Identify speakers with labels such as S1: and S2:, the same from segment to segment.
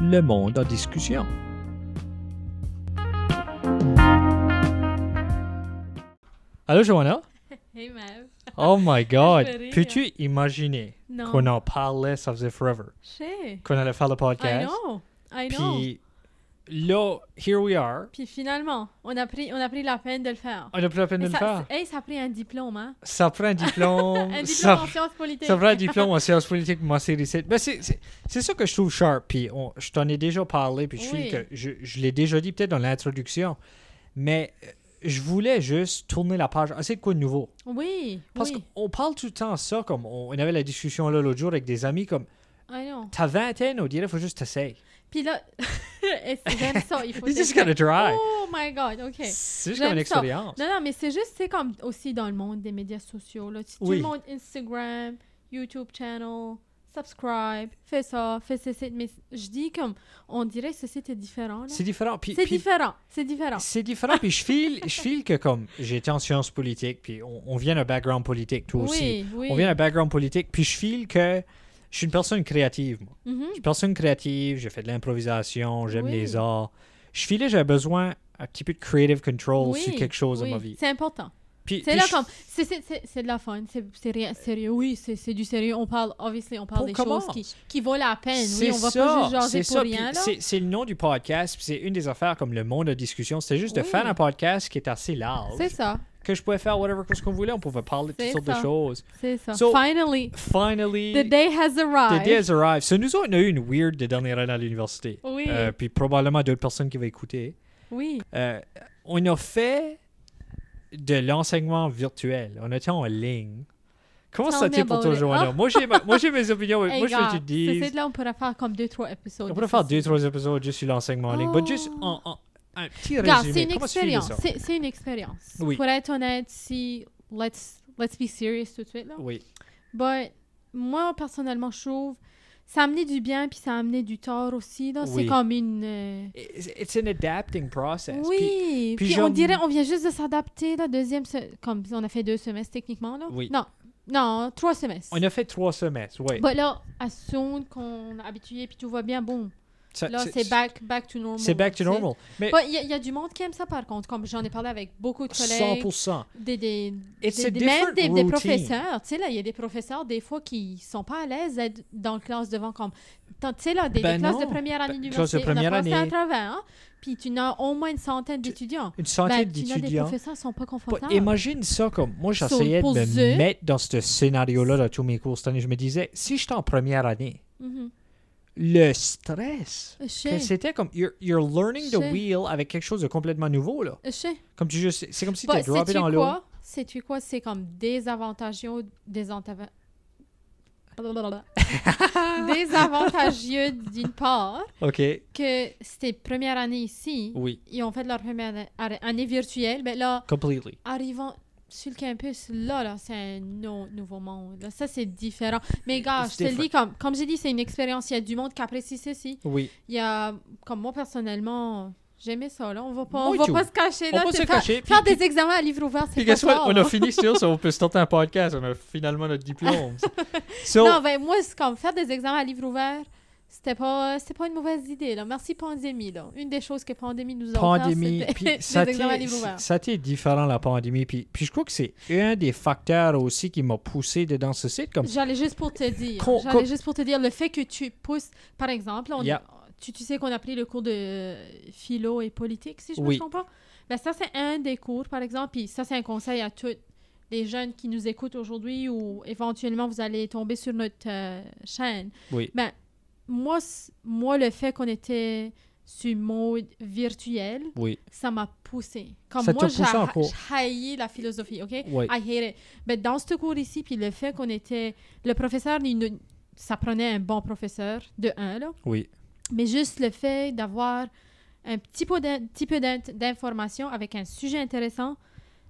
S1: Le monde en discussion. Allô, Joanna?
S2: Hey Mav.
S1: Oh my God!
S2: Ça fait rire.
S1: Peux-tu imaginer
S2: Non.
S1: qu'on en parlait, ça faisait forever,
S2: Je sais.
S1: qu'on allait faire le
S2: I
S1: podcast?
S2: know. I know. Puis,
S1: Puis là, here we are.
S2: finalement, on a, pris, on a pris la peine de le faire.
S1: On a plus la peine de
S2: Et
S1: le
S2: ça,
S1: faire.
S2: c'est- hey, ça a pris un diplôme, hein?
S1: Ça prend un diplôme.
S2: Un diplôme
S1: ça,
S2: en sciences politiques.
S1: ça prend un diplôme en sciences politiques, moi, c'est recette. Ben, c'est- c'est c'est ça que je trouve sharp. Puis on- je t'en ai déjà parlé, puis je, suis
S2: Oui.
S1: que, je, je l'ai déjà dit peut-être dans l'introduction. Mais euh, je voulais juste tourner la page. Ah, c'est de quoi de nouveau?
S2: Oui.
S1: Parce
S2: oui.
S1: qu'on parle tout le temps ça, comme on, on avait la discussion là l'autre jour avec des amis, comme
S2: I know.
S1: ta vingtaine, on dirait, faut juste t'essayer.
S2: Puis là, et c'est- j'aime ça. Il faut
S1: You just
S2: essayer.
S1: gotta try.
S2: Oh my God. OK.
S1: C'est juste comme une
S2: J'aime ça.
S1: expérience.
S2: Non, non, mais c'est juste, c'est comme aussi dans le monde des médias sociaux. Là. Tu- Tout
S1: Oui.
S2: le monde Instagram, YouTube channel, subscribe, fais ça, fais ceci. Mais je dis comme, on dirait que ceci est différent. là.
S1: C'est différent. Puis,
S2: C'est
S1: puis-
S2: différent, c'est différent.
S1: C'est différent. Puis je file, je file que comme j'étais en sciences politiques, puis on, on vient d'un background politique, toi aussi.
S2: Oui, oui.
S1: On vient d'un background politique, puis je file que je suis une personne créative. Moi.
S2: Mhm.
S1: Je suis une personne créative, j'ai fait de l'improvisation, j'aime
S2: Oui.
S1: les arts. Je filais, j'avais besoin un petit peu de creative control
S2: Oui,
S1: sur quelque chose
S2: oui.
S1: dans ma vie.
S2: C'est important.
S1: Puis,
S2: C'est
S1: puis
S2: là
S1: je-
S2: comme, c'est- c'est c'est- c'est de la fun, c'est c'est rien sérieux. Oui, c'est c'est du sérieux. On parle, obviously, on parle
S1: Pour
S2: des
S1: comment?
S2: choses qui, qui valent la peine.
S1: C'est
S2: Oui, on va
S1: ça,
S2: pas juste jaser
S1: c'est
S2: pour
S1: ça, puis
S2: rien là.
S1: c'est- C'est le nom du podcast, puis c'est une des affaires comme le monde de discussion. C'était juste de
S2: Oui.
S1: faire un podcast qui est assez large,
S2: C'est ça,
S1: que je pouvais faire whatever ce qu'on voulait, on pouvait parler de toutes
S2: C'est
S1: sortes de
S2: ça.
S1: choses.
S2: c'est ça.
S1: So-
S2: Finally,
S1: Finally,
S2: the day has
S1: The
S2: arrived.
S1: day has arrived. So, nous autres, on a eu une weird de dernière année à l'université.
S2: Oui.
S1: Euh, puis probablement d'autres personnes qui vont écouter.
S2: Oui,
S1: Euh, on a fait de l'enseignement virtuel. On était en ligne. Comment
S2: Tell
S1: ça a
S2: me
S1: été pour
S2: about
S1: toi,
S2: it.
S1: Joanna?
S2: Ah.
S1: Moi, j'ai ma- moi, j'ai mes opinions. mais
S2: Hey,
S1: moi, je veux
S2: gars,
S1: que tu te
S2: c'est-
S1: dises.
S2: c'est là on pourrait faire comme deux, trois épisodes.
S1: On
S2: de
S1: pourrait faire
S2: ceci.
S1: deux, trois épisodes juste sur l'enseignement en ligne.
S2: Oh.
S1: Mais juste en, en- un petit
S2: Gars,
S1: résumé.
S2: c'est une
S1: Comment tu files
S2: expérience.
S1: ça?
S2: C'est c'est une expérience.
S1: Oui.
S2: Pour être honnête, si let's let's be serious tout de suite là.
S1: Oui.
S2: But, moi, personnellement, je trouve ça a amené du bien puis ça a amené du tort aussi. là.
S1: Oui.
S2: C'est comme une. euh,
S1: It's, it's an adapting process. Puis-
S2: Oui,
S1: puis
S2: puis,
S1: j'aime-
S2: on dirait on vient juste de s'adapter la deuxième se- comme on a fait deux semestres techniquement là.
S1: Oui.
S2: Non, non, trois semestres.
S1: on a fait trois semestres, oui.
S2: Bah là, assume qu'on est habitué puis tout va bien, boum.
S1: Ça-
S2: Là, c'est back back to normal.
S1: C'est back to
S2: tu sais.
S1: normal. Mais
S2: Bah, Il y, a- il y a du monde qui aime ça par contre, comme j'en ai parlé avec beaucoup de collègues,
S1: 100%.
S2: des, des,
S1: It's
S2: des-
S1: a
S2: des- même
S1: different
S2: des, des
S1: routine.
S2: professeurs, tu sais, là, il y a des professeurs, des fois, qui sont pas à l'aise d'être dans la classe devant, comme, tant- tu sais, là, des,
S1: Ben
S2: des classes de
S1: non.
S2: première année
S1: Ben, classe de
S2: d'université, on a
S1: première
S2: passé à
S1: année.
S2: travers, hein, puis tu n'as au moins une centaine d'étudiants.
S1: Une centaine
S2: Ben, tu n'as des
S1: d'étudiants.
S2: professeurs qui sont pas
S1: Pas-
S2: confortables.
S1: Imagine ça comme moi,
S2: Sur-
S1: j'essayais de
S2: pour
S1: me
S2: eux.
S1: mettre dans ce scénario-là dans tous mes cours cette année. Je me disais, si j'étais en première année,
S2: Mhm.
S1: le stress,
S2: Je
S1: que
S2: sais,
S1: c'était comme you're, you're learning the
S2: Chez.
S1: wheel avec quelque chose de complètement nouveau là.
S2: je sais.
S1: Comme tu juste, c'est comme si
S2: Bah,
S1: tu droppé
S2: sais-tu
S1: dans l'eau.
S2: quoi? Sais-tu quoi? C'est comme désavantagieux, désantava- Blablabla. désavantagieux d'une part
S1: Ok,
S2: que c'était première année ici.
S1: oui,
S2: ils ont fait leur première anna- ar- année virtuelle, mais là,
S1: completely.
S2: arrivant sur le campus, là, là c'est un nou- nouveau monde. là. Ça, c'est différent. Mais gars,
S1: It's
S2: je te le
S1: different.
S2: dis, comme, comme j'ai dit, c'est une expérience. Il y a du monde qui apprécie ceci.
S1: Oui.
S2: Il y a, comme moi, personnellement, j'aimais ça. Là. On va pas, on
S1: Moi
S2: va
S1: tout.
S2: pas se cacher.
S1: On
S2: Là,
S1: va
S2: C'est
S1: se
S2: faire,
S1: cacher, puis-
S2: faire
S1: puis-
S2: des examens à livre ouvert, c'est
S1: Puis
S2: pas
S1: guess what?
S2: ça.
S1: On a fini sur ça, on peut starter un podcast, on a finalement notre diplôme. So,
S2: Non, ben moi, c'est comme faire des examens à livre ouvert, c'était pas, c'était pas une mauvaise idée. Là. Merci pandémie. Là. Une des choses que pandémie nous a offert,
S1: pandémie,
S2: c'était
S1: puis
S2: des
S1: ça t'est-
S2: examens à livre ouvert.
S1: ça t'est différent la pandémie, puis, puis je crois que c'est un des facteurs aussi qui m'a poussé dedans ce site comme
S2: J'allais juste pour te dire.
S1: Qu'on- qu'on-
S2: J'allais juste pour te dire le fait que tu pousses, par exemple, on-
S1: Yeah.
S2: tu, tu sais qu'on a pris le cours de euh, philo et politique, si je
S1: Oui.
S2: me trompe pas. Ben, ça, c'est un des cours, par exemple, puis ça, c'est un conseil à tous les jeunes qui nous écoutent aujourd'hui ou éventuellement vous allez tomber sur notre euh, chaîne.
S1: Oui.
S2: Ben, moi, c- moi, le fait qu'on était sur mode virtuel,
S1: oui.
S2: ça m'a poussé. Comme
S1: Ça
S2: moi,
S1: t'a poussé
S2: j'ai
S1: en cours.
S2: j'ai haï la philosophie, OK?
S1: Oui.
S2: I hate it. Mais dans ce cours ici, puis le fait qu'on était... Le professeur, il nous- ça prenait un bon professeur, de un, là.
S1: Oui.
S2: Mais juste le fait d'avoir un petit peu d'in- petit peu d'in- d'informations avec un sujet intéressant,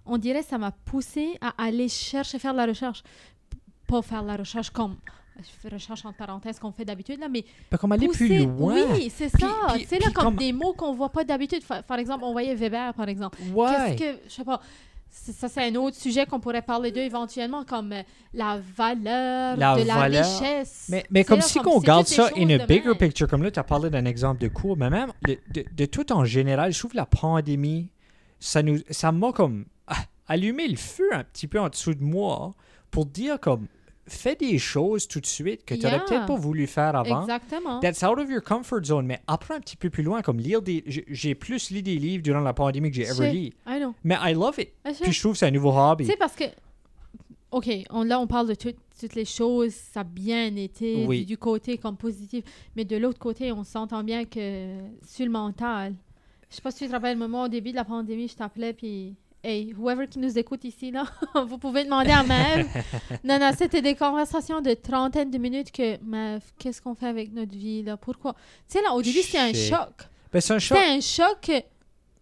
S2: on dirait ça m'a poussé à aller chercher, faire de la recherche. P- Pas faire de la recherche comme... je fais Recherche entre parenthèses qu'on fait d'habitude, là, mais
S1: Pas comme aller plus
S2: pousser-
S1: loin.
S2: Oui, c'est
S1: Puis-
S2: ça.
S1: puis-
S2: Tu sais, là,
S1: puis
S2: comme,
S1: comme-
S2: des mots qu'on voit pas d'habitude. Fa- Par exemple, on voyait Weber, par exemple.
S1: Ouais.
S2: Qu'est-ce que, je sais pas, c'est- ça, c'est un autre sujet qu'on pourrait parler d'eux éventuellement, comme euh, la valeur
S1: La
S2: de la
S1: valeur.
S2: richesse.
S1: Mais, mais
S2: Tu
S1: comme
S2: sais,
S1: si
S2: là,
S1: qu'on
S2: c'est
S1: garde
S2: toutes
S1: ça
S2: des
S1: in a
S2: choses de
S1: bigger
S2: même.
S1: picture, comme là, tu as parlé d'un exemple de cours, mais même de, de- de tout en général, je trouve la pandémie, ça nous ça m'a comme ah, allumé le feu un petit peu en dessous de moi pour dire comme fais des choses tout de suite que tu n'aurais
S2: Yeah.
S1: peut-être pas voulu faire avant.
S2: Exactement.
S1: That's out of your comfort zone, mais apprends un petit peu plus loin, comme lire des. j'ai- J'ai plus lu des livres durant la pandémie que j'ai ever
S2: Shit.
S1: lu.
S2: I know.
S1: Mais I love it.
S2: Ah, shit.
S1: Puis je trouve que c'est un nouveau hobby.
S2: Tu sais, parce que, OK, on, là, on parle de tout- toutes les choses, ça a bien été,
S1: Oui.
S2: du, du côté comme positif, mais de l'autre côté, on s'entend bien que sur le mental, je sais pas si tu te rappelles le moment au début de la pandémie, je t'appelais, puis, hey, whoever qui nous écoute ici, là, vous pouvez demander à Maeve. non, non, c'était des conversations de trentaine de minutes que, Maeve, qu'est-ce qu'on fait avec notre vie, là, pourquoi? Tu sais, là, au début, c'était un
S1: Shit.
S2: choc.
S1: Ben, c'est un choc.
S2: C'était un choc que,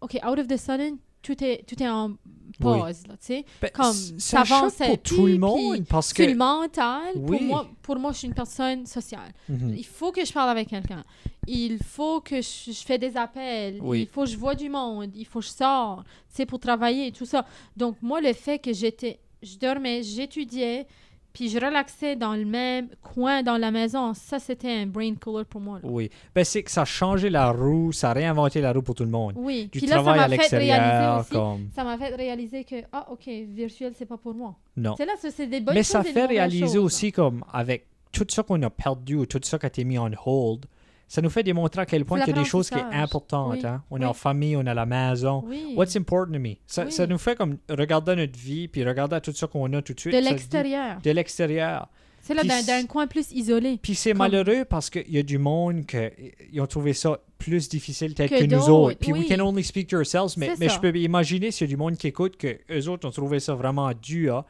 S2: OK, out of the sudden, tout est, tout est en pause, là, tu sais
S1: Ben,
S2: comme,
S1: c'est c'est un choc
S2: t'avançais,
S1: pour tout le
S2: puis-
S1: monde parce
S2: sur
S1: que.
S2: le mental, pour,
S1: Oui.
S2: moi, pour moi, je suis une personne sociale.
S1: Mhm.
S2: Il faut que je parle avec quelqu'un. Il faut que je, je fais des appels.
S1: Oui.
S2: Il faut que je vois du monde. Il faut que je sors. C'est pour travailler et tout ça. Donc, moi, le fait que j'étais... Je dormais, j'étudiais, puis je relaxais dans le même coin dans la maison. Ça, c'était un brain cooler pour moi. là.
S1: Oui. Ben, c'est que ça a changé la roue, ça a réinventé la roue pour tout le monde.
S2: Oui.
S1: Du
S2: puis là, ça
S1: travail à
S2: m'a fait réaliser
S1: l'extérieur,
S2: aussi...
S1: comme.
S2: Ça m'a fait réaliser que, ah, OK, virtuel, c'est pas pour moi.
S1: Non.
S2: C'est là, ça, c'est des bonnes
S1: Mais
S2: choses
S1: ça
S2: et des
S1: fait
S2: mauvaises
S1: réaliser
S2: choses.
S1: aussi, comme, avec tout ça qu'on a perdu ou tout ça qui a été mis en hold, ça nous fait démontrer à quel point
S2: C'est
S1: il y a des choses qui sont
S2: l'apprentissage.
S1: importantes.
S2: Oui.
S1: hein. On est
S2: Oui.
S1: en famille, on est à la maison.
S2: hein. Oui.
S1: What's important to me? Ça,
S2: Oui.
S1: ça nous fait comme regarder notre vie, puis regarder tout ça qu'on a tout de suite.
S2: De
S1: ça se dit-
S2: l'extérieur.
S1: De l'extérieur.
S2: C'est là
S1: Puis
S2: d'un,
S1: c'est-
S2: d'un coin plus isolé.
S1: Puis c'est
S2: Comme-
S1: malheureux parce qu'il y a du monde qui ont trouvé ça plus difficile peut-être
S2: Que
S1: que, nous
S2: d'autres,
S1: autres. Puis
S2: oui.
S1: we can only speak to ourselves, mais,
S2: C'est
S1: mais
S2: ça.
S1: je peux imaginer s'il y a du monde qui écoute que eux autres ont trouvé ça vraiment dur.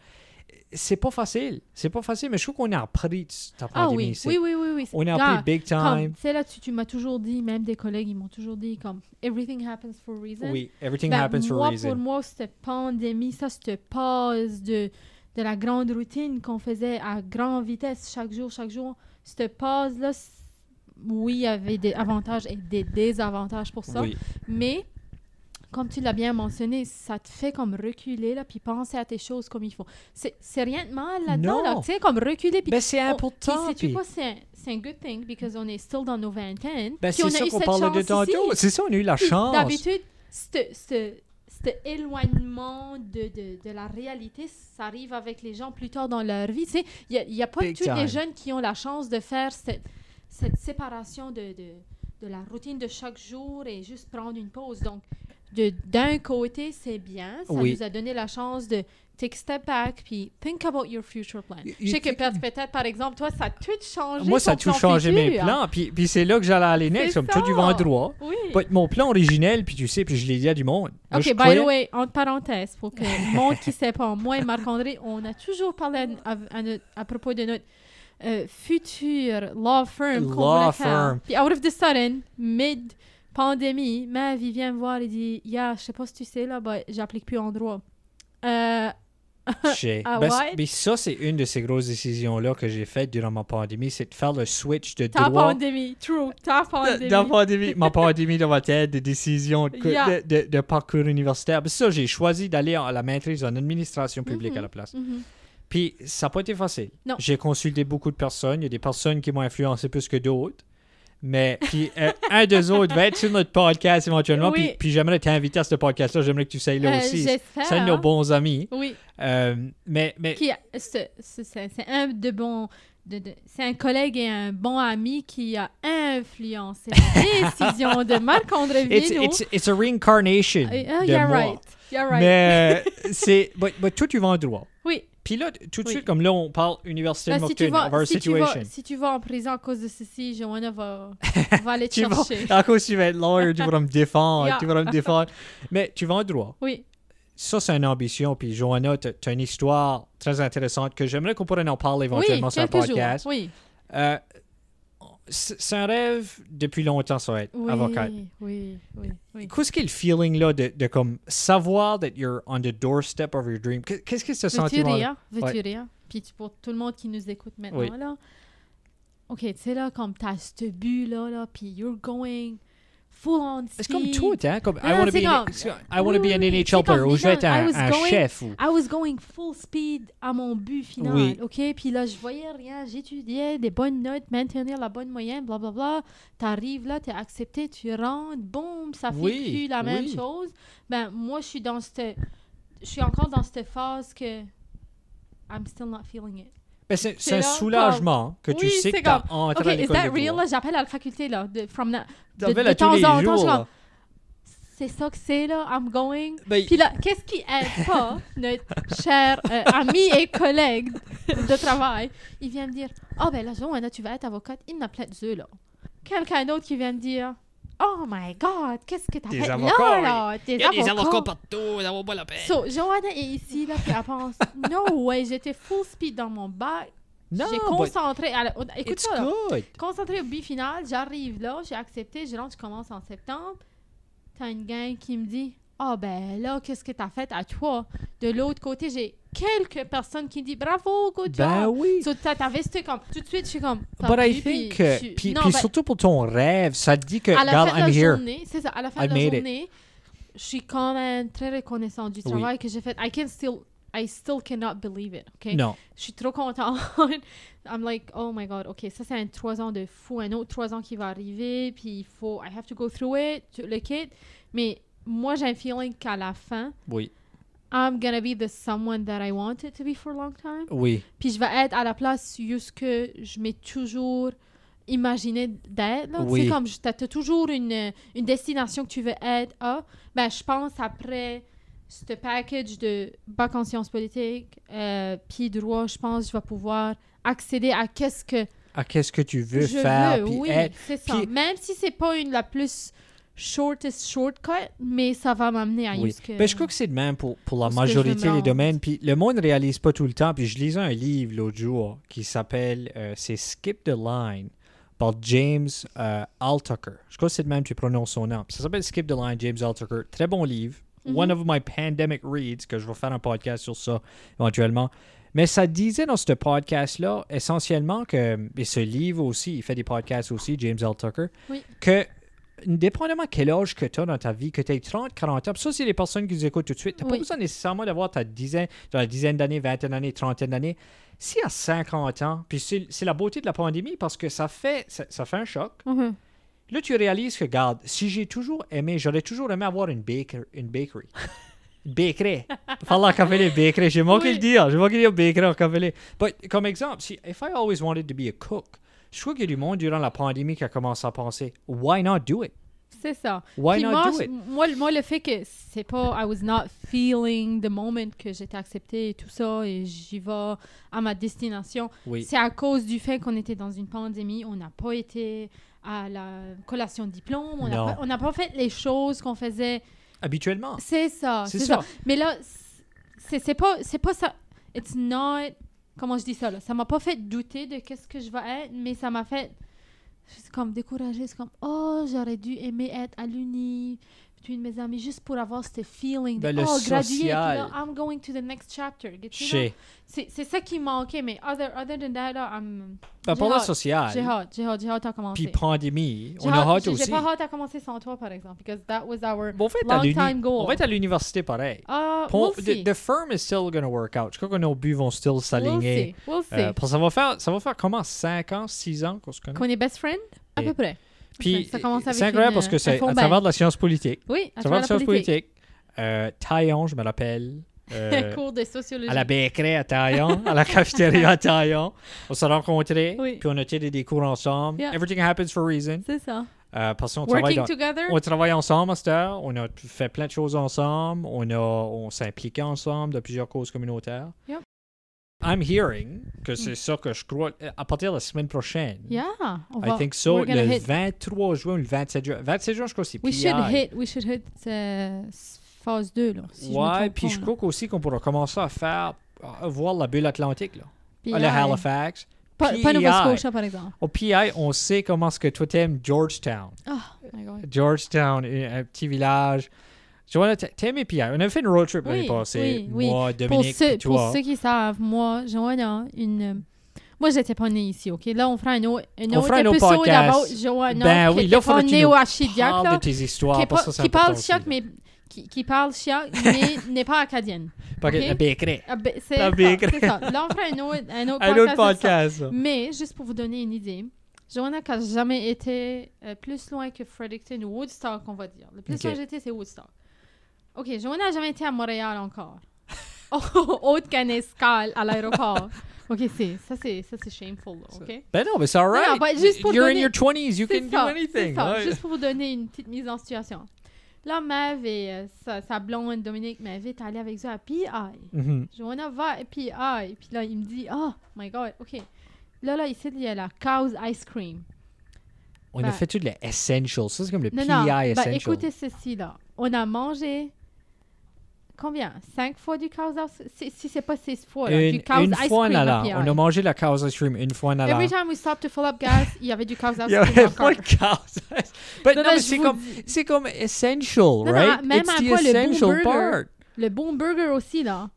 S1: C'est pas facile. C'est pas facile, mais je trouve qu'on a appris de cette
S2: Ah
S1: pandémie
S2: oui,
S1: ici.
S2: oui, oui, oui, oui. c'est-
S1: On a
S2: Ah,
S1: appris big
S2: comme,
S1: time.
S2: c'est là, tu, tu m'as toujours dit, même des collègues, ils m'ont toujours dit comme everything happens for a reason.
S1: Oui, everything
S2: Ben,
S1: happens for
S2: moi,
S1: a reason.
S2: Pour moi, cette pandémie, ça, cette pause de, de la grande routine qu'on faisait à grande vitesse chaque jour, chaque jour, cette pause-là, c- oui, il y avait des avantages et des désavantages pour ça.
S1: Oui,
S2: Mais, comme tu l'as bien mentionné, ça te fait comme reculer, là, puis penser à tes choses comme il faut. C'est c'est rien de mal là-dedans,
S1: Non.
S2: là, tu sais, comme reculer, puis...
S1: Ben, c'est
S2: on-
S1: important,
S2: Puis, sais-tu
S1: puis-
S2: quoi, c'est un, c'est un good thing, because on est still dans nos vingtaines.
S1: Ben,
S2: puis
S1: c'est
S2: on a
S1: ça
S2: eu
S1: qu'on
S2: cette
S1: parlait de
S2: chance ici.
S1: tantôt. C'est ça, on a eu la
S2: Puis,
S1: chance.
S2: D'habitude, cet éloignement de, de, de la réalité, ça arrive avec les gens plus tard dans leur vie. Tu sais, il n'y a, pas
S1: Big
S2: tous
S1: time.
S2: les jeunes qui ont la chance de faire cette, cette séparation de, de, de la routine de chaque jour et juste prendre une pause. Donc, de- d'un côté, c'est bien. Ça
S1: Oui.
S2: nous a donné la chance de take a step back puis think about your future plan.
S1: You-
S2: Je
S1: you
S2: sais que
S1: think-
S2: peut- peut-être, par exemple, toi, ça a tout changé.
S1: Moi, ça a
S2: ton
S1: tout
S2: plan
S1: changé mes
S2: futur. hein.
S1: plans. Puis, puis c'est là que j'allais aller next,
S2: C'est
S1: comme tout du
S2: ça.
S1: vent droit.
S2: Oui.
S1: But mon plan originel, puis tu sais, puis je l'ai dit à du monde. Moi,
S2: OK, ben
S1: je
S2: by
S1: croyais-
S2: the way, entre parenthèses, pour que le monde qui sait pas, moi et Marc-André, on a toujours parlé à, à- à notre- à propos de notre euh, futur law firm qu'on
S1: Law
S2: voulait faire.
S1: firm.
S2: Puis out of the sudden, mid-pandémie, ma vie vient me voir et dit « Yeah, je sais pas si tu sais, là, bah, j'applique plus en droit. Euh,
S1: Shit.
S2: Ah
S1: Ben, c-
S2: ouais?
S1: mais ça, c'est une de ces grosses décisions-là que j'ai faites durant ma pandémie, c'est de faire le switch de
S2: Ta
S1: droit.
S2: pandémie, true, ta pandémie.
S1: De- Dans la pandémie, ma pandémie dans ma tête, des décisions de,
S2: Yeah.
S1: de- de- de parcours universitaire. Ben, ça, j'ai choisi d'aller en- à la maîtrise en administration publique à la place.
S2: Mhm.
S1: Puis, ça n'a pas été facile.
S2: Non.
S1: J'ai consulté beaucoup de personnes. Il y a des personnes qui m'ont influencé plus que d'autres. Mais, puis, euh, un des autres va être sur notre podcast éventuellement.
S2: Oui.
S1: Puis, puis j'aimerais t'inviter à ce podcast-là. J'aimerais que tu sailles là
S2: Euh,
S1: aussi.
S2: J'espère.
S1: C'est un de nos bons amis.
S2: Oui.
S1: Euh, mais, mais
S2: qui a- c'est c'est- c'est- c'est un de bons de- de- c'est un collègue et un bon ami qui a influencé la décision de Marc-André
S1: it's,
S2: Vino.
S1: it's, it's a reincarnation de moi.
S2: you're Ah, right. You're right.
S1: Mais c'est... bah, bah, toi, tu vas en droit.
S2: oui.
S1: Puis là, tout de
S2: Oui.
S1: suite, comme là, on parle Université
S2: Là,
S1: de
S2: si, tu
S1: Moncton,
S2: vas,
S1: of our
S2: si, tu vas-
S1: situation.
S2: si tu vas en prison à cause de ceci, Joanna va, va aller te
S1: Tu vas,
S2: chercher.
S1: à cause tu vas être lawyer, tu vas me défendre,
S2: Yeah.
S1: tu vas me défendre. Mais tu vas en droit.
S2: Oui,
S1: Ça, c'est une ambition. Puis Johanna, tu as une histoire très intéressante que j'aimerais qu'on pourrait en parler
S2: oui
S1: éventuellement sur un
S2: quelques jours.
S1: podcast.
S2: Oui,
S1: Euh, c'est c'est un rêve depuis longtemps, ça va être
S2: oui,
S1: avocate.
S2: oui, oui, oui.
S1: Qu'est-ce qu'est le feeling là de, de comme savoir that you're on the doorstep of your dream? Qu'est- Qu'est-ce que ce
S2: Veux-tu
S1: sentiment
S2: rire? Veux-tu
S1: Ouais.
S2: rire? Puis tu- pour tout le monde qui nous écoute maintenant,
S1: Oui.
S2: là. OK, tu sais, là, comme t'as ce but, là, là, puis you're going full on
S1: C'est comme
S2: speed.
S1: tout, hein? Comme, I
S2: Non,
S1: want to
S2: c'est
S1: be, an-
S2: comme-
S1: c'est- I wanna
S2: Oui,
S1: be an
S2: oui,
S1: NHL
S2: c'est comme
S1: player ou je vais être
S2: des gens,
S1: un,
S2: I was
S1: un
S2: going-
S1: chef. Ou...
S2: I was going full speed à mon but final,
S1: Oui.
S2: ok? Puis là, je voyais rien, j'étudiais des bonnes notes, maintenir la bonne moyenne, blablabla. T'arrives là, t'es accepté, tu rentres, boum, ça fait
S1: Oui,
S2: plus la même
S1: oui.
S2: chose. Ben, moi, je suis dans cette... Je suis encore dans cette phase que... I'm still not feeling it.
S1: Ben, c'est
S2: c'est
S1: c'est un
S2: là, comme-
S1: soulagement que tu
S2: Oui,
S1: sais que
S2: c'est
S1: t'as
S2: comme,
S1: entré
S2: Ok,
S1: à
S2: is
S1: l'école
S2: that
S1: de
S2: real?
S1: droit.
S2: Là, j'appelle à la faculté, là, de, from na- de,
S1: T'en fais
S2: de
S1: là tous
S2: temps
S1: les
S2: en temps, je
S1: jours,
S2: suis
S1: là.
S2: comme, C'est ça que c'est, là, I'm going...
S1: Ben,
S2: Puis là, qu'est-ce qui aide pas notre cher euh, ami et collègue de travail? Il vient me dire Ah, ben là, Joanna, tu vas être avocate, il n'a plein de yeux, là. Quelqu'un d'autre qui vient me dire Oh my god, qu'est-ce que t'as
S1: Des
S2: fait
S1: avocats,
S2: là, là? Des
S1: partout, ça vaut pas la peine.
S2: So, Joanna est ici, là, puis elle pense No way, j'étais full speed dans mon bac,
S1: Non,
S2: j'ai
S1: but
S2: concentré. à la- Écoute
S1: it's
S2: ça, là.
S1: good.
S2: Concentré au bi-final, j'arrive là, j'ai accepté, je rentre, je commence en septembre. T'as une gang qui me dit Ah ben là, qu'est-ce que t'as fait à toi De l'autre côté, j'ai quelques personnes qui disent Bravo, good
S1: Ben
S2: job.
S1: oui.
S2: So, t'as- T'avais ce comme tout de suite, je suis comme T'as
S1: But I
S2: pu,
S1: think,
S2: puis
S1: euh,
S2: je suis-
S1: puis
S2: Non,
S1: puis
S2: ben,
S1: surtout pour ton rêve, ça te dit que,
S2: à la fin
S1: regarde,
S2: de la
S1: I'm here.
S2: journée, c'est ça, à la fin
S1: I
S2: de la
S1: made it.
S2: journée, je suis quand même très reconnaissante du
S1: Oui.
S2: travail que j'ai fait. I can still, I still cannot believe it, ok
S1: Non.
S2: je suis trop contente. I'm like, oh my god, ok, ça c'est un trois ans de fou, un autre trois ans qui va arriver, puis il faut, I have to go through it, tu- le kit. Mais moi j'ai un feeling qu'à la fin,
S1: Oui.
S2: I'm gonna be the someone that I wanted to be for a long time.
S1: Oui.
S2: Puis je vais être à la place juste que je m'ai toujours imaginé d'être. là. Tu
S1: Oui.
S2: sais, comme tu as toujours une, une destination que tu veux être à. Ben, je pense après ce package de bac en sciences politiques, euh, puis droit, je pense que je vais pouvoir accéder à qu'est-ce que
S1: À Ah, qu'est-ce que tu veux
S2: je
S1: faire,
S2: veux.
S1: puis
S2: Oui,
S1: être-
S2: c'est ça.
S1: puis-
S2: Même si c'est pas une la plus shortest shortcut, mais ça va m'amener à
S1: Oui.
S2: jusque-
S1: Ben, je crois que c'est de même pour, pour la
S2: Où est-ce que je
S1: majorité
S2: me
S1: des
S2: rends?
S1: domaines. Puis le monde ne réalise pas tout le temps. Puis je lisais un livre l'autre jour qui s'appelle euh, C'est Skip the Line par James euh, Altucher. Je crois que c'est de même que tu prononces son nom. Puis Ça s'appelle Skip the Line, James Altucher. Très bon livre.
S2: Mhm.
S1: One of my pandemic reads, que je vais faire un podcast sur ça éventuellement. Mais ça disait dans ce podcast-là, essentiellement, que, et ce livre aussi, il fait des podcasts aussi, James Altucher,
S2: Oui.
S1: que dépendamment quel âge que tu as dans ta vie, que tu aies 30, 40 ans, puis ça, c'est les personnes qui nous écoutent tout de suite. Tu n'as pas
S2: Oui.
S1: besoin nécessairement d'avoir ta dizaine, dans la dizaine d'années, vingtaine d'années, trentaine d'années. Si à 50 ans, puis c'est c'est la beauté de la pandémie parce que ça fait, ça, ça fait un choc.
S2: Mhm.
S1: Là, tu réalises que, regarde, si j'ai toujours aimé, j'aurais toujours aimé avoir une, baker, une bakery. Une bakery. Parlant en café les bakery, j'ai manqué
S2: Oui.
S1: le dire. J'ai manqué le dire bakery en café les. But, comme exemple, si, if I always wanted to be a cook, je crois qu'il y a du monde durant la pandémie qui a commencé à penser, why not do it?
S2: C'est ça.
S1: Why
S2: Puis
S1: not
S2: moi,
S1: do
S2: je-
S1: it?
S2: moi, le- moi, le fait que c'est pas I was not feeling the moment que j'étais acceptée et tout ça, et j'y vais à ma destination,
S1: Oui.
S2: c'est à cause du fait qu'on était dans une pandémie, on n'a pas été à la collation de diplôme, on n'a
S1: Non.
S2: pas- on n'a pas fait les choses qu'on faisait.
S1: Habituellement.
S2: C'est ça,
S1: C'est
S2: c'est
S1: ça.
S2: ça. Mais là, c'est c'est pas, c'est pas ça. It's not. Comment je dis ça là Ça m'a pas fait douter de qu'est-ce que je vais être, mais ça m'a fait c'est comme découragée. C'est comme oh j'aurais dû aimer être à l'uni puis une de mes amis juste pour avoir ce feeling de
S1: Ben, le
S2: oh graduer, puis là,
S1: social.
S2: I'm going to the next chapter. Get you know?
S1: Chez.
S2: C'est c'est ça qui manquait, mais other other than that là, I'm
S1: Ben,
S2: J'ai
S1: parlant
S2: hâte. j'ai
S1: social,
S2: hâte, j'ai hâte, j'ai hâte à commencer.
S1: puis pandémie,
S2: J'ai
S1: on a hâte
S2: j'ai-
S1: aussi.
S2: J'ai pas hâte à commencer sans toi par exemple, because that was our
S1: Bon, en fait, à
S2: long
S1: l'uni-
S2: time goal.
S1: on va être à l'université pareil.
S2: Ah,
S1: Pon-
S2: we'll see.
S1: the, the firm is still going to work out. Je crois que nos buts vont still s'aligner.
S2: We'll see. We'll see.
S1: Euh, parce que ça va faire, ça va faire comment 5 ans, 6 ans qu'on se connaît.
S2: Qu'on est best friend À peu près.
S1: Puis
S2: ça commence avec
S1: c'est incroyable
S2: une,
S1: parce que
S2: euh, un
S1: c'est
S2: fond
S1: à
S2: bain.
S1: travers de la science politique.
S2: Oui, à
S1: À travers de la
S2: travers la
S1: science
S2: politique.
S1: politique. Euh, Taillon, je me rappelle. euh,
S2: Cours de sociologie.
S1: à la Bécré à Taillon, à la cafétéria à Taillon. On s'est rencontrés,
S2: Oui.
S1: puis on a tiré des cours ensemble.
S2: Yeah.
S1: Everything happens for a reason.
S2: C'est ça.
S1: Euh, parce qu'on travaille
S2: Working
S1: dans-
S2: together.
S1: On travaille ensemble, Master. On a fait plein de choses ensemble. On, a, on s'est impliqué ensemble dans plusieurs causes communautaires.
S2: Yep. Mm.
S1: I'm hearing que c'est ça que je crois euh, à partir de la semaine prochaine.
S2: Yeah. On
S1: I
S2: va,
S1: think so.
S2: we're gonna
S1: Le
S2: hit.
S1: 23 juin ou le 27 juin. 27 juin, je crois que c'est
S2: We
S1: PI.
S2: should hit. We should hit euh, s- phase 2, là. Si je me
S1: ouais,
S2: trompe
S1: puis
S2: pas,
S1: je
S2: là.
S1: crois aussi qu'on pourra commencer à faire, à voir la bulle atlantique, là.
S2: Puis,
S1: Le
S2: yeah.
S1: Halifax.
S2: Pas, pas Nova
S1: PI.
S2: Scotia, par exemple.
S1: Au PI, on sait comment est-ce que toi t'aimes Georgetown.
S2: Oh,
S1: Euh,
S2: my God.
S1: Georgetown, un un petit village. Joanna, t'a- t'aimes les PI. On avait fait une road trip l'année
S2: Oui,
S1: passée.
S2: oui, oui.
S1: Moi,
S2: Pour
S1: Dominique,
S2: ceux,
S1: puis toi.
S2: pour ceux qui savent, moi, Joanna, une, Moi, j'étais pas née ici, OK? Là, on fera un, au- un
S1: On
S2: autre
S1: fera un autre
S2: épisode
S1: podcast.
S2: about Joanna,
S1: Ben
S2: qui
S1: oui,
S2: était
S1: là, faudrait
S2: pas
S1: que tu
S2: née
S1: nous
S2: au Archidiac,
S1: Parle
S2: là,
S1: de tes histoires.
S2: qui, est
S1: parce
S2: pas-
S1: que ça, c'est
S2: qui parle
S1: important
S2: chiac,
S1: aussi.
S2: mais qui, qui parle chiac, mais n'est pas acadienne.
S1: Pas que-
S2: ok.
S1: le bécret.
S2: Ah, ben, C'est
S1: La
S2: ça,
S1: bigre.
S2: c'est ça. Là, on fera un autre, un autre
S1: Un autre
S2: podcast. sur ça.
S1: podcast. ça.
S2: Mais, juste pour vous donner une idée, Joanna n'a jamais été euh, plus loin que Fredericton ou Woodstock, on va dire. Le plus
S1: Ok.
S2: loin que j'étais, c'est Woodstock. OK, Joanna n'a jamais été à Montréal encore. Oh, Autre qu'un escale à l'aéroport. OK, c'est, ça, c'est, ça, c'est shameful, là, OK?
S1: Ben non, mais c'est alright.
S2: Non, mais juste pour
S1: You're in
S2: donner-
S1: your 20s, you
S2: C'est
S1: can
S2: ça,
S1: do anything.
S2: c'est ça,
S1: Ouais.
S2: Juste pour vous donner une petite mise en situation. Là, Mav et euh, sa, sa blonde, Dominique Mav, est allée avec eux à PI.
S1: Mhm.
S2: Joanna va et puis ah et puis là il me dit oh my god ok là là ici il y a la cow's ice cream
S1: On a
S2: Ben-
S1: fait tout le essential. Ça, c'est comme le
S2: non
S1: PI
S2: non
S1: essential.
S2: bah écoutez ceci là on a mangé combien cinq fois du cow's ice si, si c'est pas six fois là,
S1: une,
S2: du cow's
S1: une
S2: ice
S1: fois en
S2: cream
S1: allant.
S2: à PI.
S1: On a mangé la cow's ice cream une fois en allant.
S2: every time we stopped to fill up gas il y avait du cow's ice
S1: Il y avait
S2: cream
S1: pas
S2: encore.
S1: de cow's ice. But
S2: Non,
S1: non,
S2: non,
S1: mais
S2: je
S1: c'est
S2: vous
S1: comme, c'est comme essential,
S2: non,
S1: right?
S2: même
S1: It's
S2: à
S1: the
S2: quoi le
S1: essential
S2: Boom Burger?
S1: part.
S2: le bon burger aussi là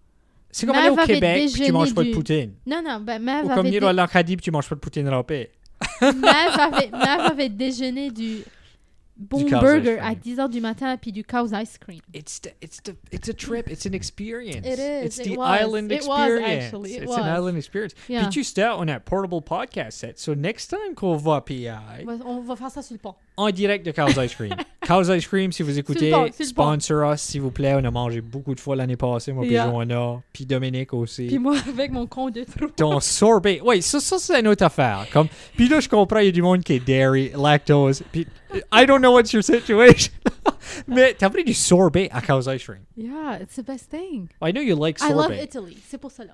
S1: C'est comme
S2: Mav
S1: aller au
S2: avait
S1: Québec puis tu
S2: déjeuné
S1: manges pas de
S2: du-
S1: poutine.
S2: non non ben
S1: Ou
S2: Mav
S1: comme
S2: avait,
S1: venir
S2: dé-
S1: à l'Arcadie puis tu manges pas de poutine râpée.
S2: Mav avait, Mav avait déjeuné du bon
S1: cow's ice
S2: burger à
S1: cream.
S2: 10h du matin puis du cow's ice cream
S1: It's the, it's the, it's a trip. It's an experience.
S2: It is,
S1: It's
S2: it
S1: the
S2: was,
S1: island
S2: it was
S1: experience.
S2: actually, it
S1: it's
S2: was.
S1: an island experience.
S2: Yeah.
S1: Puis tu sais, on a un portable podcast set. So next time qu'on va à PI,
S2: On va- On va faire ça sur le pont.
S1: en direct de Cow's Ice Cream. Cow's Ice Cream, si vous écoutez,
S2: pont, sur le pont.
S1: sponsor us, s'il vous plaît. On a mangé beaucoup de fois l'année passée, moi, puis
S2: Yeah.
S1: Joanna, puis Dominique aussi.
S2: Puis moi, avec mon con de trou.
S1: ton sorbet. Oui, ça, ça c'est une autre affaire. Comme, puis là, je comprends, il y a du monde qui est dairy, lactose. Puis, I don't know what's your situation. Mais t'as pris du sorbet à cause ice cream.
S2: Yeah, it's the best thing.
S1: I know you like
S2: I love
S1: sorbet.
S2: Italy. C'est pour cela.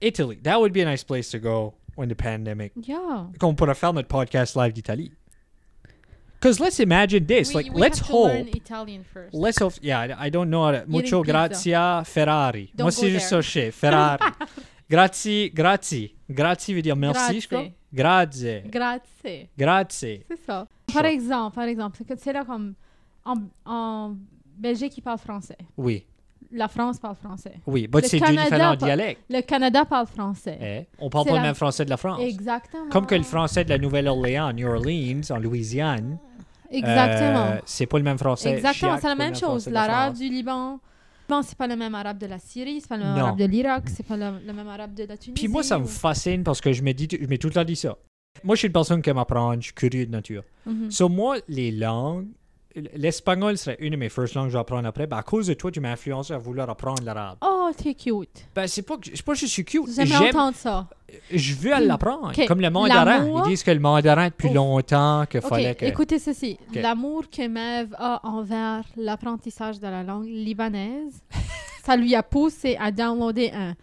S1: Italy, that would be a nice place to go when the pandemic.
S2: Yeah.
S1: Qu'on pourrait faire notre podcast live d'Italie. Because let's imagine this.
S2: We-
S1: like,
S2: we
S1: let's
S2: have to
S1: hope.
S2: learn Italian first.
S1: Let's hope. Yeah, I- I don't know. How to, mucho
S2: pizza.
S1: grazia Ferrari.
S2: Don't
S1: Moi,
S2: go
S1: c'est juste ça,
S2: there.
S1: chez Ferrari. grazie, grazie. Grazie veut dire merci, je crois.
S2: Grazie.
S1: Grazie.
S2: Grazie.
S1: Grazie.
S2: C'est ça. Par exemple, par exemple, c'est que- c'est là comme en, en Belgique, ils parlent français.
S1: Oui,
S2: La France parle français.
S1: oui. But
S2: Le
S1: c'est deux
S2: Canada
S1: différents
S2: par-
S1: dialectes.
S2: Le Canada parle français.
S1: hein. On parle
S2: C'est
S1: pas
S2: la-
S1: le même français de la France.
S2: Exactement.
S1: Comme que le français de la Nouvelle-Orléans, New Orleans, en Louisiane, euh,
S2: Exactement.
S1: c'est pas le même français.
S2: Exactement,
S1: Chiac,
S2: c'est la
S1: pas le
S2: même chose.
S1: français de la
S2: L'arabe
S1: France.
S2: du Liban. Bon, c'est pas le même arabe de la Syrie, c'est pas le même
S1: Non.
S2: arabe de l'Irak, c'est pas le, le même arabe de la Tunisie.
S1: Puis moi, ça me
S2: ou-
S1: fascine parce que je me dis, je m'ai tout le temps dit ça. Moi, je suis une personne qui aime apprendre, je suis curieux de nature.
S2: Mhm.
S1: Sur moi, les langues, l'espagnol serait une de mes first langues que je vais apprendre après. Ben, à cause de toi, tu m'as influencé à vouloir apprendre l'arabe.
S2: Oh, t'es cute.
S1: Ben, c'est pas que c'est pas que je suis cute.
S2: J'ai jamais
S1: J'aime
S2: entendu ça.
S1: Je veux l'apprendre.
S2: Hmm. Ok,
S1: Comme le mandarin.
S2: l'amour-
S1: Ils disent que le mandarin depuis
S2: Ouf.
S1: longtemps, que
S2: Ok,
S1: fallait que.
S2: écoutez ceci.
S1: Ok.
S2: L'amour que Mev a envers l'apprentissage de la langue libanaise, ça lui a poussé à downloader un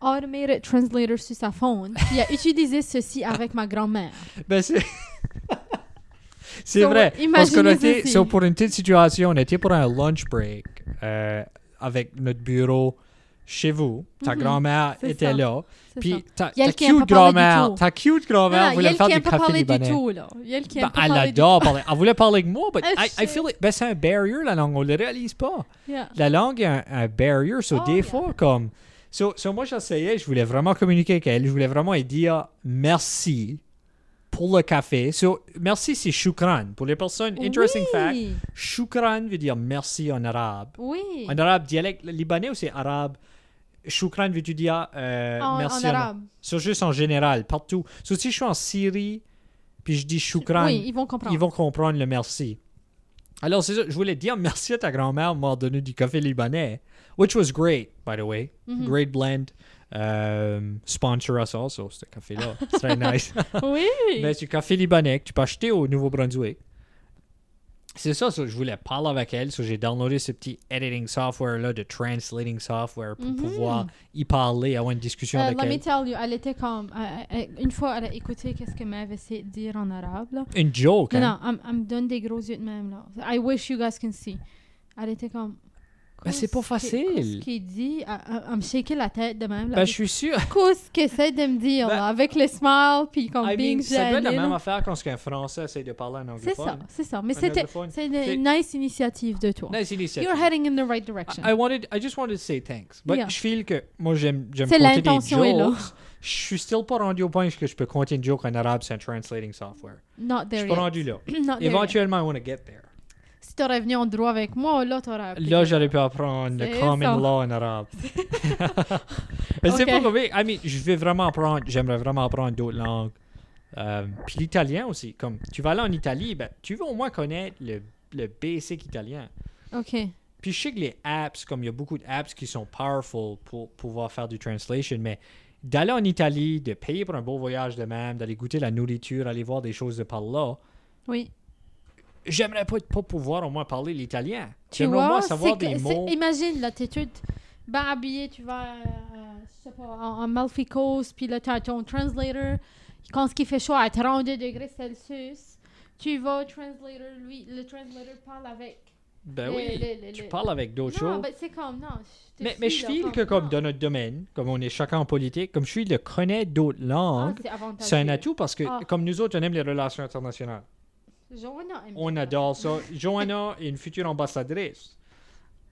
S2: automated translator sur sa phone, puis a utilisé ceci avec ma grand-mère.
S1: Ben, c'est. c'est
S2: So,
S1: vrai. Parce qu'on
S2: imaginez
S1: était.
S2: ceci.
S1: so, pour une petite situation, on était pour un lunch break euh, avec notre bureau chez vous. Ta
S2: Mhm.
S1: grand-mère
S2: C'est
S1: était
S2: ça.
S1: là.
S2: C'est ça.
S1: Puis ta,
S2: Y a
S1: ta
S2: le qui aime
S1: cute
S2: pas parler du
S1: grand-mère,
S2: tout.
S1: ta cute grand-mère
S2: Non,
S1: voulait
S2: elle
S1: faire
S2: qui
S1: du
S2: aime pas
S1: café
S2: parler du
S1: libanais.
S2: tout, là. Il y a le qui aime
S1: Ben,
S2: pas
S1: elle
S2: parler du
S1: adore parler. Elle voulait parler avec moi, mais
S2: Ah,
S1: I, I
S2: shit.
S1: feel it. Ben, c'est un barrier, la langue. On le réalise pas.
S2: tout. Yeah.
S1: La langue est un, un barrier. So,
S2: Oh,
S1: des
S2: yeah.
S1: fois, comme. So, so moi, j'essayais, je voulais vraiment communiquer avec elle. Je voulais vraiment lui dire merci pour le café. So, merci, c'est shukran. Pour les personnes, interesting fact,
S2: oui.
S1: shukran veut dire merci en arabe.
S2: Oui.
S1: En euh, arabe dialecte libanais ou c'est arabe? Shukran veut dire euh,
S2: En,
S1: merci
S2: en arabe.
S1: So, juste en général, partout. So, si je suis en Syrie, puis je dis shukran,
S2: Oui, ils vont comprendre.
S1: ils vont comprendre le merci. Alors, c'est ça, je voulais dire merci à ta grand-mère de m'avoir donné du café libanais, which was great, by the way.
S2: Mhm.
S1: Great blend. Um, sponsor us also, ce café-là. C'est très nice.
S2: Oui.
S1: Mais c'est du café libanais que tu peux acheter au Nouveau-Brunswick. C'est ça, ça, je voulais parler avec elle. so j'ai downloadé ce petit editing software-là, de translating software, pour
S2: Mhm.
S1: pouvoir y parler, avoir une discussion
S2: Euh,
S1: avec
S2: let me
S1: elle.
S2: tell you, elle était comme. euh, euh, une fois, elle a écouté qu'est-ce que Maeve essayait de dire en arabe. Là.
S1: Une joke, hein?
S2: Non, non, elle, elle me donne des gros yeux de même. Là. I wish you guys can see. Elle était comme.
S1: Ben, c'est pas
S2: Qu'est-ce que-
S1: facile.
S2: Qu'est-ce qu'il dit? Elle, elle- elle me shaker la tête de même. Là.
S1: Ben, je suis sûr.
S2: Qu'est-ce qu'elle essaie de me dire?
S1: Ben,
S2: là, avec le smile, puis comme
S1: I
S2: being
S1: mean, ça doit être la
S2: gênée,
S1: même
S2: là.
S1: affaire quand ce qu'un Français essaie de parler en
S2: C'est
S1: anglophone.
S2: ça, c'est ça. Mais
S1: Un
S2: c'était
S1: anglophone.
S2: c'est une,
S1: C'est-
S2: une nice initiative de toi.
S1: Nice initiative.
S2: You're heading in the right direction.
S1: I I wanted, I just wanted to say thanks. But
S2: Yeah.
S1: je feel que moi j'aime, j'aime
S2: C'est
S1: compter des
S2: l'intention est là.
S1: jokes. je suis still pas rendu au point que je peux compter une joke en arabe sans translating software.
S2: Not
S1: Je
S2: there
S1: suis pas
S2: yet.
S1: rendu là.
S2: Not there yet.
S1: Éventuellement, I want to get there.
S2: Si t'aurais venu en droit avec moi, là, t'aurais appris.
S1: Là, j'aurais pu apprendre le
S2: C'est
S1: common
S2: ça.
S1: law en arabe. Mais c'est
S2: Ok.
S1: pas compliqué. I mean, je vais vraiment apprendre, j'aimerais vraiment apprendre d'autres langues. Euh, puis l'italien aussi. Comme tu vas aller en Italie, ben, tu veux au moins connaître le, le basic italien.
S2: OK.
S1: Puis je sais que les apps, comme il y a beaucoup d'apps qui sont powerful pour pouvoir faire du translation, mais d'aller en Italie, de payer pour un beau voyage de même, d'aller goûter la nourriture, aller voir des choses de par là,
S2: Oui.
S1: j'aimerais pas, pas pouvoir au moins parler l'italien.
S2: Tu
S1: J'aimerais au
S2: vois,
S1: moins
S2: c'est
S1: savoir
S2: que-
S1: des
S2: c'est-
S1: mots.
S2: Imagine, là, t'es tout bien habillé, tu vas, euh, je sais pas, en, en Malfi Coast, puis là, t'as ton translator. Quand ce qui fait chaud à 32 degrés Celsius, tu vas au translator, lui, le translator parle avec.
S1: Ben
S2: les-
S1: oui.
S2: les- les-
S1: Tu
S2: les-
S1: parles avec d'autres
S2: Non, ben,
S1: choses.
S2: mais c'est comme, non. t'es
S1: Mais, mais je
S2: fille, là,
S1: file que comme
S2: non.
S1: dans notre domaine, comme on est chacun en politique, comme je suis de connaître d'autres
S2: Ah,
S1: langues,
S2: c'est avantageux.
S1: c'est un atout parce que
S2: Ah.
S1: comme nous autres, on aime les relations internationales.
S2: Joanna aime
S1: On
S2: bien.
S1: adore ça. Joanna est une future ambassadrice.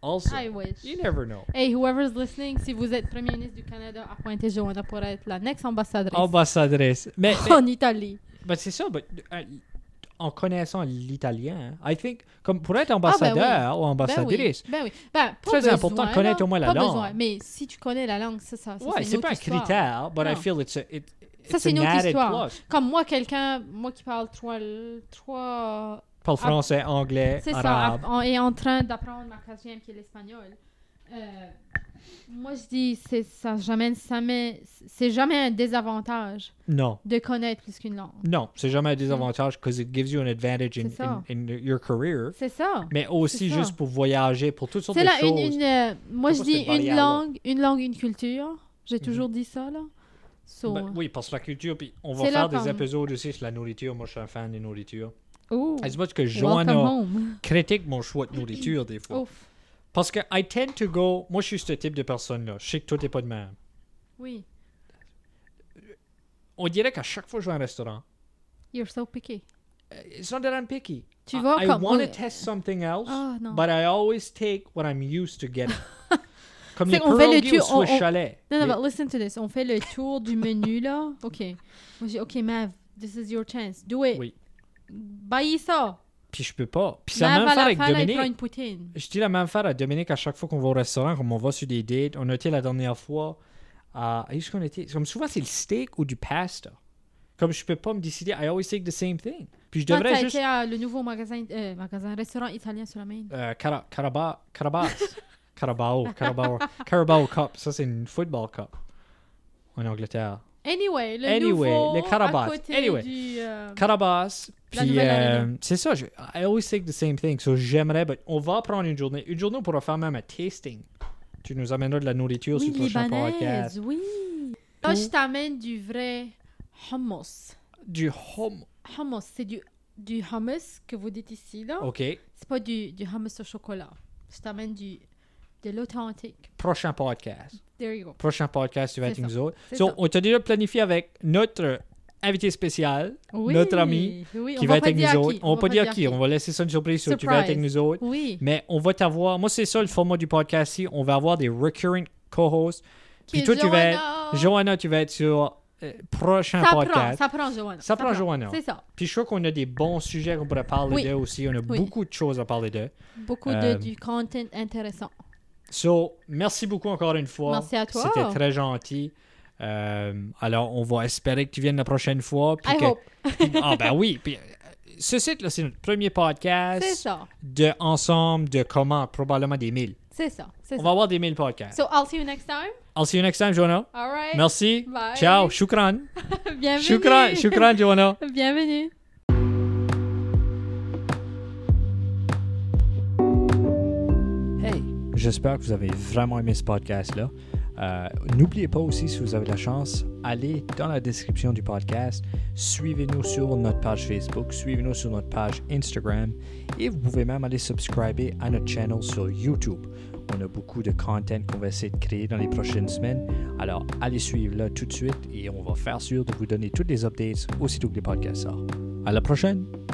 S1: Also,
S2: I wish.
S1: you never know.
S2: Hey, whoever's listening, si vous êtes Premier ministre du Canada, appointez Joanna pour être la next ambassadrice
S1: Oh, Ambassadrice. bah, Mais, Ah bah, mais-
S2: en Italie.
S1: mais c'est ça, but, euh, en connaissant l'italien, I think, comme pour être
S2: Ah, oui.
S1: ambassadeur ou
S2: Ben oui,
S1: ambassadrice,
S2: ben oui. Ben, pas
S1: Très
S2: besoin,
S1: important de connaître
S2: là,
S1: au moins la
S2: pas
S1: langue.
S2: Besoin. Mais si tu connais la langue, ça, ça, ça
S1: ouais,
S2: c'est
S1: c'est
S2: une autre
S1: pas un
S2: histoire.
S1: critère, but I
S2: Non.
S1: feel it's a, it-
S2: Ça,
S1: it's
S2: c'est une
S1: an
S2: autre
S1: added
S2: histoire.
S1: plus.
S2: Comme moi, quelqu'un, moi qui parle trois, trois
S1: Parle français, anglais,
S2: Ah. C'est ça,
S1: arabe.
S2: on est en train d'apprendre ma quatrième qui est l'espagnol. Euh, moi, je dis, c'est ça, jamais, jamais, c'est jamais un désavantage
S1: Non.
S2: de connaître plus qu'une langue.
S1: Non, c'est jamais un désavantage parce que it gives you an advantage in,
S2: C'est ça.
S1: in, in your career,
S2: C'est ça.
S1: mais aussi
S2: C'est ça.
S1: juste pour voyager, pour toutes sortes
S2: C'est
S1: de
S2: là une,
S1: choses.
S2: une, euh, moi
S1: Je
S2: je
S1: sais pas
S2: dis
S1: cette
S2: une
S1: barrière-là.
S2: langue, une langue, une culture. J'ai
S1: Mhm.
S2: toujours dit ça là. So,
S1: Ben oui, parce que la culture, puis on va
S2: C'est là
S1: faire des
S2: comme-
S1: épisodes aussi sur la nourriture. Moi, je suis un fan de nourriture.
S2: Ooh,
S1: As much que
S2: euh, oh, welcome
S1: Joanna Oh.
S2: home.
S1: critique mon choix de nourriture des fois.
S2: Ouf.
S1: Parce que I tend to go... Moi, je suis ce type de personne-là. Je sais que toi, t'es pas de même.
S2: Oui.
S1: On dirait qu'à chaque fois que je vais à un restaurant,
S2: You're so picky.
S1: euh, it's not that I'm picky.
S2: Tu
S1: I-
S2: vois
S1: I
S2: comme
S1: want to
S2: on-
S1: test something else,
S2: Ah, non.
S1: but I always take what I'm used to getting. Comme
S2: C'est
S1: les
S2: qu'on fait le
S1: pierogies au
S2: tu- on-
S1: Swiss
S2: on-
S1: Chalet.
S2: Non, bah, non,
S1: Les-
S2: but listen to this. On fait le tour du menu là. OK. Moi j'ai OK, Mav, this is your chance. Do it.
S1: Oui.
S2: Baille ça.
S1: Puis je peux pas. Puis c'est la
S2: Mav
S1: même
S2: à
S1: affaire
S2: la
S1: avec
S2: fin, là, il prend
S1: Dominique.
S2: une poutine.
S1: Je dis la même affaire à Dominique à chaque fois qu'on va au restaurant, comme on va sur des dates. On a été la dernière fois à. Est-ce qu'on était. Comme souvent, c'est le steak ou du pasta. Comme je peux pas me décider, I always take the same thing. Puis je
S2: Quand
S1: devrais
S2: Ah, t'as
S1: juste.
S2: été à le nouveau magasin, euh, magasin, restaurant italien sur la main.
S1: euh, Cara- Caraba- Carabas. Carabao. Carabao. Carabao Cup. Ça, c'est une football cup. En Angleterre.
S2: Anyway, le
S1: Anyway,
S2: nouveau
S1: le Carabas.
S2: à côté
S1: Anyway.
S2: du... euh,
S1: Carabas.
S2: La
S1: Puis
S2: nouvelle
S1: euh,
S2: arena.
S1: c'est ça. je- I always take the same thing. So j'aimerais. but On va prendre une journée. Une journée, on pourra faire même un tasting. Tu nous amèneras de la nourriture
S2: Oui,
S1: sur le prochain podcast.
S2: libanaise, oui. Là, je t'amène du vrai hummus.
S1: Du home.
S2: Hummus, c'est du, du hummus que vous dites ici, là.
S1: OK.
S2: C'est pas du, du hummus au chocolat. Je t'amène du, de l'authentique.
S1: Prochain podcast.
S2: There you go.
S1: Prochain podcast, tu vas
S2: C'est
S1: être
S2: ça.
S1: nous autres.
S2: C'est
S1: So,
S2: ça.
S1: on t'a déjà planifié avec notre invité spécial
S2: Oui,
S1: notre ami
S2: oui,
S1: qui
S2: on
S1: va
S2: va
S1: être
S2: pas
S1: avec
S2: dire
S1: nous
S2: à
S1: autres.
S2: qui,
S1: On va pas dire qui. On va laisser ça une surprise. so tu vas être avec
S2: Surprise.
S1: nous autres.
S2: Oui.
S1: Mais on va t'avoir. Moi, c'est ça le format du podcast ici. On va avoir des recurring co-hosts. Puis
S2: Qui est
S1: toi, tu vas
S2: Johanna.
S1: être. Johanna, tu vas être sur euh, prochain
S2: Ça
S1: podcast.
S2: prend, ça prend Joanna.
S1: Ça prend Johanna.
S2: C'est ça.
S1: Puis je crois qu'on a des bons sujets qu'on pourrait parler
S2: Oui.
S1: d'eux aussi. On a
S2: Oui.
S1: beaucoup de choses à parler d'eux.
S2: Beaucoup
S1: Euh,
S2: de, du content intéressant.
S1: So, merci beaucoup encore une fois.
S2: Merci à toi.
S1: C'était très gentil. Euh, alors, on va espérer que tu viennes la prochaine fois. puis
S2: I
S1: que-
S2: hope.
S1: puis- ah ben oui. Puis, euh, ce site-là, c'est notre premier
S2: C'est
S1: podcast
S2: ça.
S1: de ensemble de comment? Probablement des mille.
S2: C'est ça. C'est
S1: On
S2: ça.
S1: va avoir des mille podcasts.
S2: So, I'll see you next time.
S1: I'll see you next time, Jonah.
S2: All right.
S1: Merci.
S2: Bye.
S1: Ciao. Shukran.
S2: Bienvenue.
S1: Shukran. Shukran, Jonah.
S2: Bienvenue.
S1: Hey, j'espère que vous avez vraiment aimé ce podcast-là. Euh, N'oubliez pas aussi, si vous avez la chance, allez dans la description du podcast, suivez-nous sur notre page Facebook, suivez-nous sur notre page Instagram et vous pouvez même aller subscriber à notre channel sur YouTube. On a beaucoup de content qu'on va essayer de créer dans les prochaines semaines. Alors, allez suivre là tout de suite et on va faire sûr de vous donner toutes les updates aussitôt que les podcasts sortent. À la prochaine!